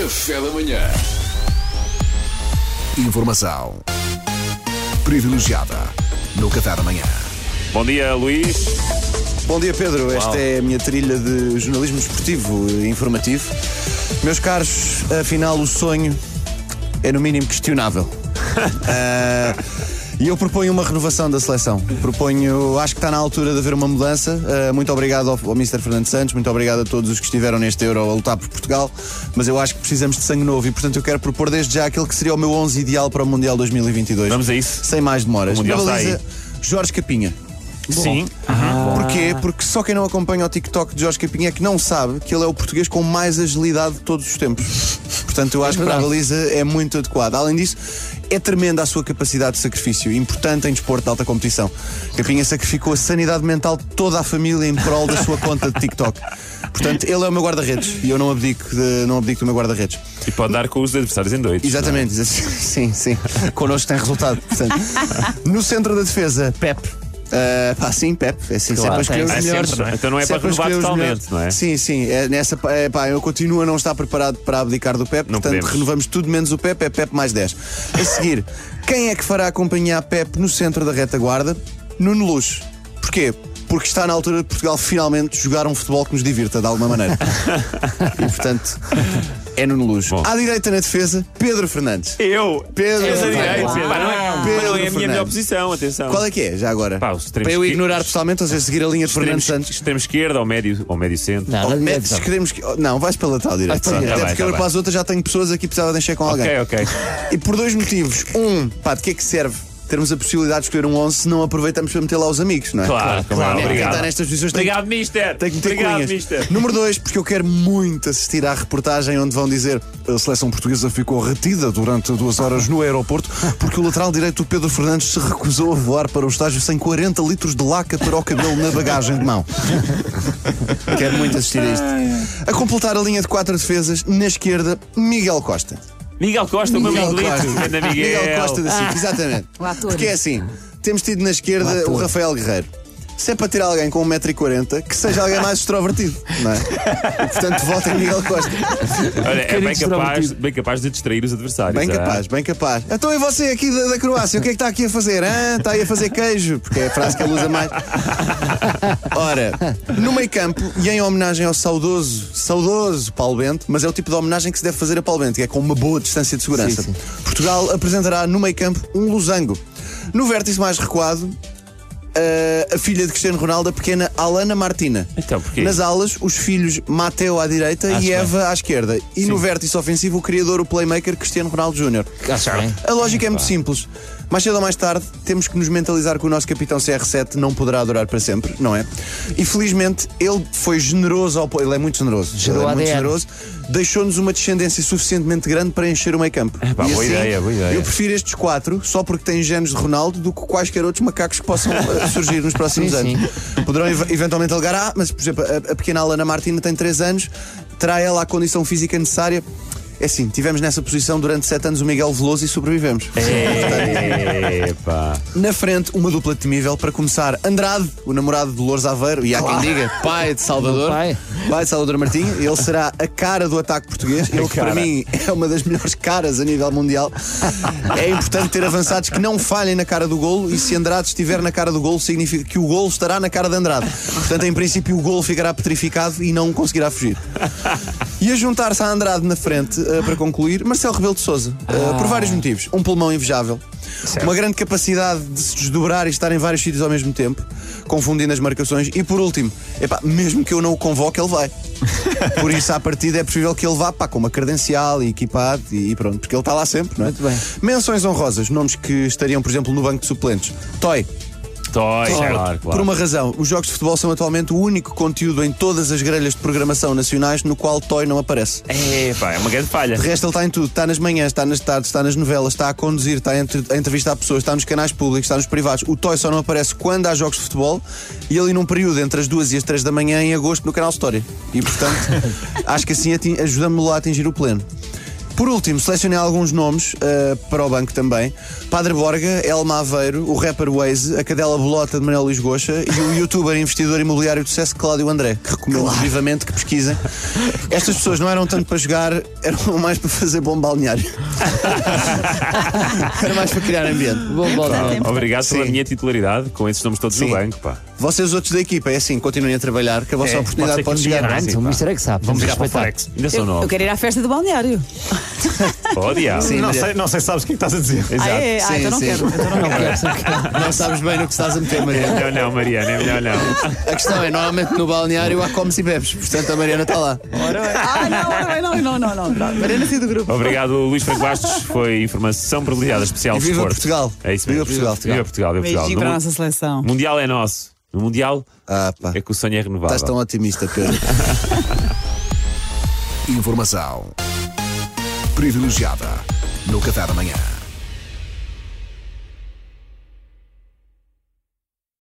Café da manhã. Informação privilegiada no Café da manhã. Bom dia, Luís. Bom dia, Pedro. Esta é a minha trilha de jornalismo esportivo e informativo. Meus caros, afinal, o sonho é no mínimo questionável. Ah, E eu proponho uma renovação da seleção. Proponho, acho que está na altura de haver uma mudança. Ah, muito obrigado ao, ao Mr. Fernando Santos, muito obrigado a todos os que estiveram neste Euro a lutar por Portugal. Mas eu acho que precisamos de sangue novo e, portanto, eu quero propor desde já aquele que seria o meu 11 ideal para o Mundial 2022. Vamos a isso. Sem mais demoras. O Mundial Na está baliza, Jorge Capinha. Sim. Porquê? Porque só quem não acompanha o TikTok de Jorge Capinha é que não sabe que ele é o português com mais agilidade de todos os tempos. Portanto, eu acho que para a baliza é muito adequado. Além disso, é tremenda a sua capacidade de sacrifício, importante em desporto de alta competição. Capinha sacrificou a sanidade mental de toda a família em prol da sua conta de TikTok. Portanto, ele é o meu guarda-redes e eu não abdico, de- não abdico do meu guarda-redes. E pode dar com os adversários em doidos. Exatamente, sim, sim. Connosco tem resultado. portanto. no centro da defesa, Pep. Ah, pá, sim, Pep. É assim, Claro, sempre tem- a escolher os é sempre, melhores. não é? Então não é Sempre para a renovar escolher os totalmente, melhores. não é? Sim, sim. É, nessa, é, pá, eu continuo a não estar preparado para abdicar do Pep, Não portanto podemos. renovamos tudo menos o Pep, é Pep mais 10. A seguir, quem é que fará acompanhar Pep no centro da retaguarda? Nuno Luz. Porquê? Porque está na altura de Portugal finalmente jogar um futebol que nos divirta de alguma maneira. e portanto, é Nuno Luz. Bom. À direita na defesa, Pedro Fernandes. é? Eu? Pedro Essa Fernandes. direita. Pedro. Pá, não é, pá, Pedro não é a minha Fernandes. melhor posição, atenção. Qual é que é, já agora? Pá, os extremos Para eu esquer- ignorar totalmente, ou seja, seguir a linha de Fernando extremos, Santos. extremo esquerda ou médio, ou médio centro? Não, na Mete- direita. queremos que- Não, vais pela tal direita. pela sim. direita. Até Tá bem, porque tá eu bem. para as outras já tenho pessoas aqui que precisava de encher com alguém. Ok, ok. E por dois motivos. Um, pá, de que é que serve termos a possibilidade de escolher um 11 se não aproveitamos para meter lá os amigos, não é? Claro, como é, Quem está obrigado. nestas posições tem que- Obrigado, Mister. tem que meter Obrigado, colinhas. Mister. Número 2, porque eu quero muito assistir à reportagem onde vão dizer a seleção portuguesa ficou retida durante duas horas no aeroporto porque o lateral direito do Pedro Fernandes se recusou a voar para o estágio sem 40 litros de laca para o cabelo na bagagem de mão. quero muito assistir a isto. A completar a linha de quatro defesas, na esquerda, Miguel Costa. Miguel Costa, o meu Miguel amiguito. Costa. Grande Miguel. Miguel Costa da Silva, exatamente. O ator. Porque é assim: temos tido na esquerda o Rafael Guerreiro. Se é para tirar alguém com 1,40m, que seja alguém mais extrovertido, não é? E, portanto, vota em Miguel Costa. Olha, é bem Bocadinho capaz, extrovertido. bem capaz de distrair os adversários. Bem é? ah. capaz, bem capaz. Então, e você aqui da, da Croácia, o que é que está aqui a fazer? Ah, está aí a fazer queijo, porque é a frase que ele usa mais. Ora, no meio campo, e em homenagem ao saudoso, saudoso Paulo Bento, mas é o tipo de homenagem que se deve fazer a Paulo Bento, que é com uma boa distância de segurança. Sim, Portugal apresentará no meio campo um losango. No vértice mais recuado, eh, a filha de Cristiano Ronaldo, a pequena Alana Martina. Então, porquê? Nas alas, os filhos Mateo à direita e Eva à esquerda. E no vértice ofensivo, o criador, o playmaker Cristiano Ronaldo Júnior. Acho bem. A lógica é muito simples. Mais cedo ou mais tarde, temos que nos mentalizar que o nosso capitão CR7 não poderá durar para sempre, não é? E felizmente, ele foi generoso ao. po- Ele é muito generoso. Gerou ele é muito ADN. generoso. Deixou-nos uma descendência suficientemente grande para encher o meio campo. É assim, pá, boa ideia, boa ideia. Eu prefiro estes quatro, só porque têm genes de Ronaldo, do que quaisquer outros macacos que possam eh, surgir nos próximos Sim, anos. Poderão ev- eventualmente alegar, ah, mas por exemplo, a, a pequena Alana Martina tem 3 anos, terá ela a condição física necessária. É assim, tivemos nessa posição durante 7 anos o Miguel Veloso e sobrevivemos. É. Epá. Na frente, uma dupla temível para começar. Andrade, o namorado de Louros Aveiro, e há quem diga, pai de Salvador. Meu pai. Pai de Salvador Martinho. Ele será a cara do ataque português. Ele, que para cara. mim, é uma das melhores caras a nível mundial. É importante ter avançados que não falhem na cara do golo. E se Andrade estiver na cara do golo, significa que o golo estará na cara de Andrade. Portanto, em princípio, o golo ficará petrificado e não conseguirá fugir. E a juntar-se a Andrade na frente, eh, para concluir, Marcelo Rebelo de Souza. Ah. Por vários motivos. Um pulmão invejável. Uma grande capacidade de se desdobrar e estar em vários sítios ao mesmo tempo, confundindo as marcações. E por último, epá, mesmo que eu não o convoque, ele vai. Por isso, à partida, é possível que ele vá pá, com uma credencial e equipado e, e pronto, porque ele está lá sempre, não é? Muito bem. Menções honrosas, nomes que estariam, por exemplo, no banco de suplentes. Toy, Toy, claro, claro. por uma razão, os jogos de futebol são atualmente o único conteúdo em todas as grelhas de programação nacionais no qual Toy não aparece. Epá, é uma grande falha. De resto, ele está em tudo. Está nas manhãs, está nas tardes, está nas novelas, está a conduzir, está a entre- a entrevistar pessoas, está nos canais públicos, está nos privados. O Toy só não aparece quando há jogos de futebol e ali num período entre as duas e as três da manhã em agosto no canal Story. E, portanto, acho que assim ati- ajuda-me lá a atingir o pleno. Por último, selecionei alguns nomes eh, para o banco também. Padre Borga, Elma Aveiro, o rapper Waze, a cadela bolota de Manuel Luís Goxa e o youtuber e investidor imobiliário de sucesso Cláudio André, que recomendo vivamente que pesquisem. Estas pessoas não eram tanto para jogar, eram mais para fazer bom balneário. Era mais para criar ambiente. Bom, bom, bom. Obrigado pela Sim. minha titularidade com esses nomes todos Sim. no banco, pá. Vocês outros da equipa, é assim, continuem a trabalhar, que a vossa É, oportunidade pode pode ser que um dia chegar. grande. Pronto, o Mister é que sabe. Vamos virar para o respeitar. Forex. Ainda são Eu, eu nove. quero ir à festa do balneário. Oh, diabo. Sim, Não olha, sei, não sei se sabes o que é que estás a dizer. Ah, Exato. é? Ah, Sim, então não sim. quero. Então não quero. não sabes bem no que estás a meter, Mariana. Melhor não, Mariana, é melhor não. A questão é, normalmente no balneário há comes e bebes, portanto a Mariana está lá. Ah, não, ora bem, não, não, não, não. Pronto, Mariana saiu do grupo. Obrigado, Luís Franco Bastos. Foi informação privilegiada especial E viva de desporto. Portugal. É isso Viva mesmo. Portugal, Viva Portugal. Viva Portugal. Beijinho para a No nossa seleção. mu- Mundial é nosso. No Mundial Ah, pá. é que o sonho é Estás renovável. tão otimista, Pedro. Informação privilegiada no Café da Manhã.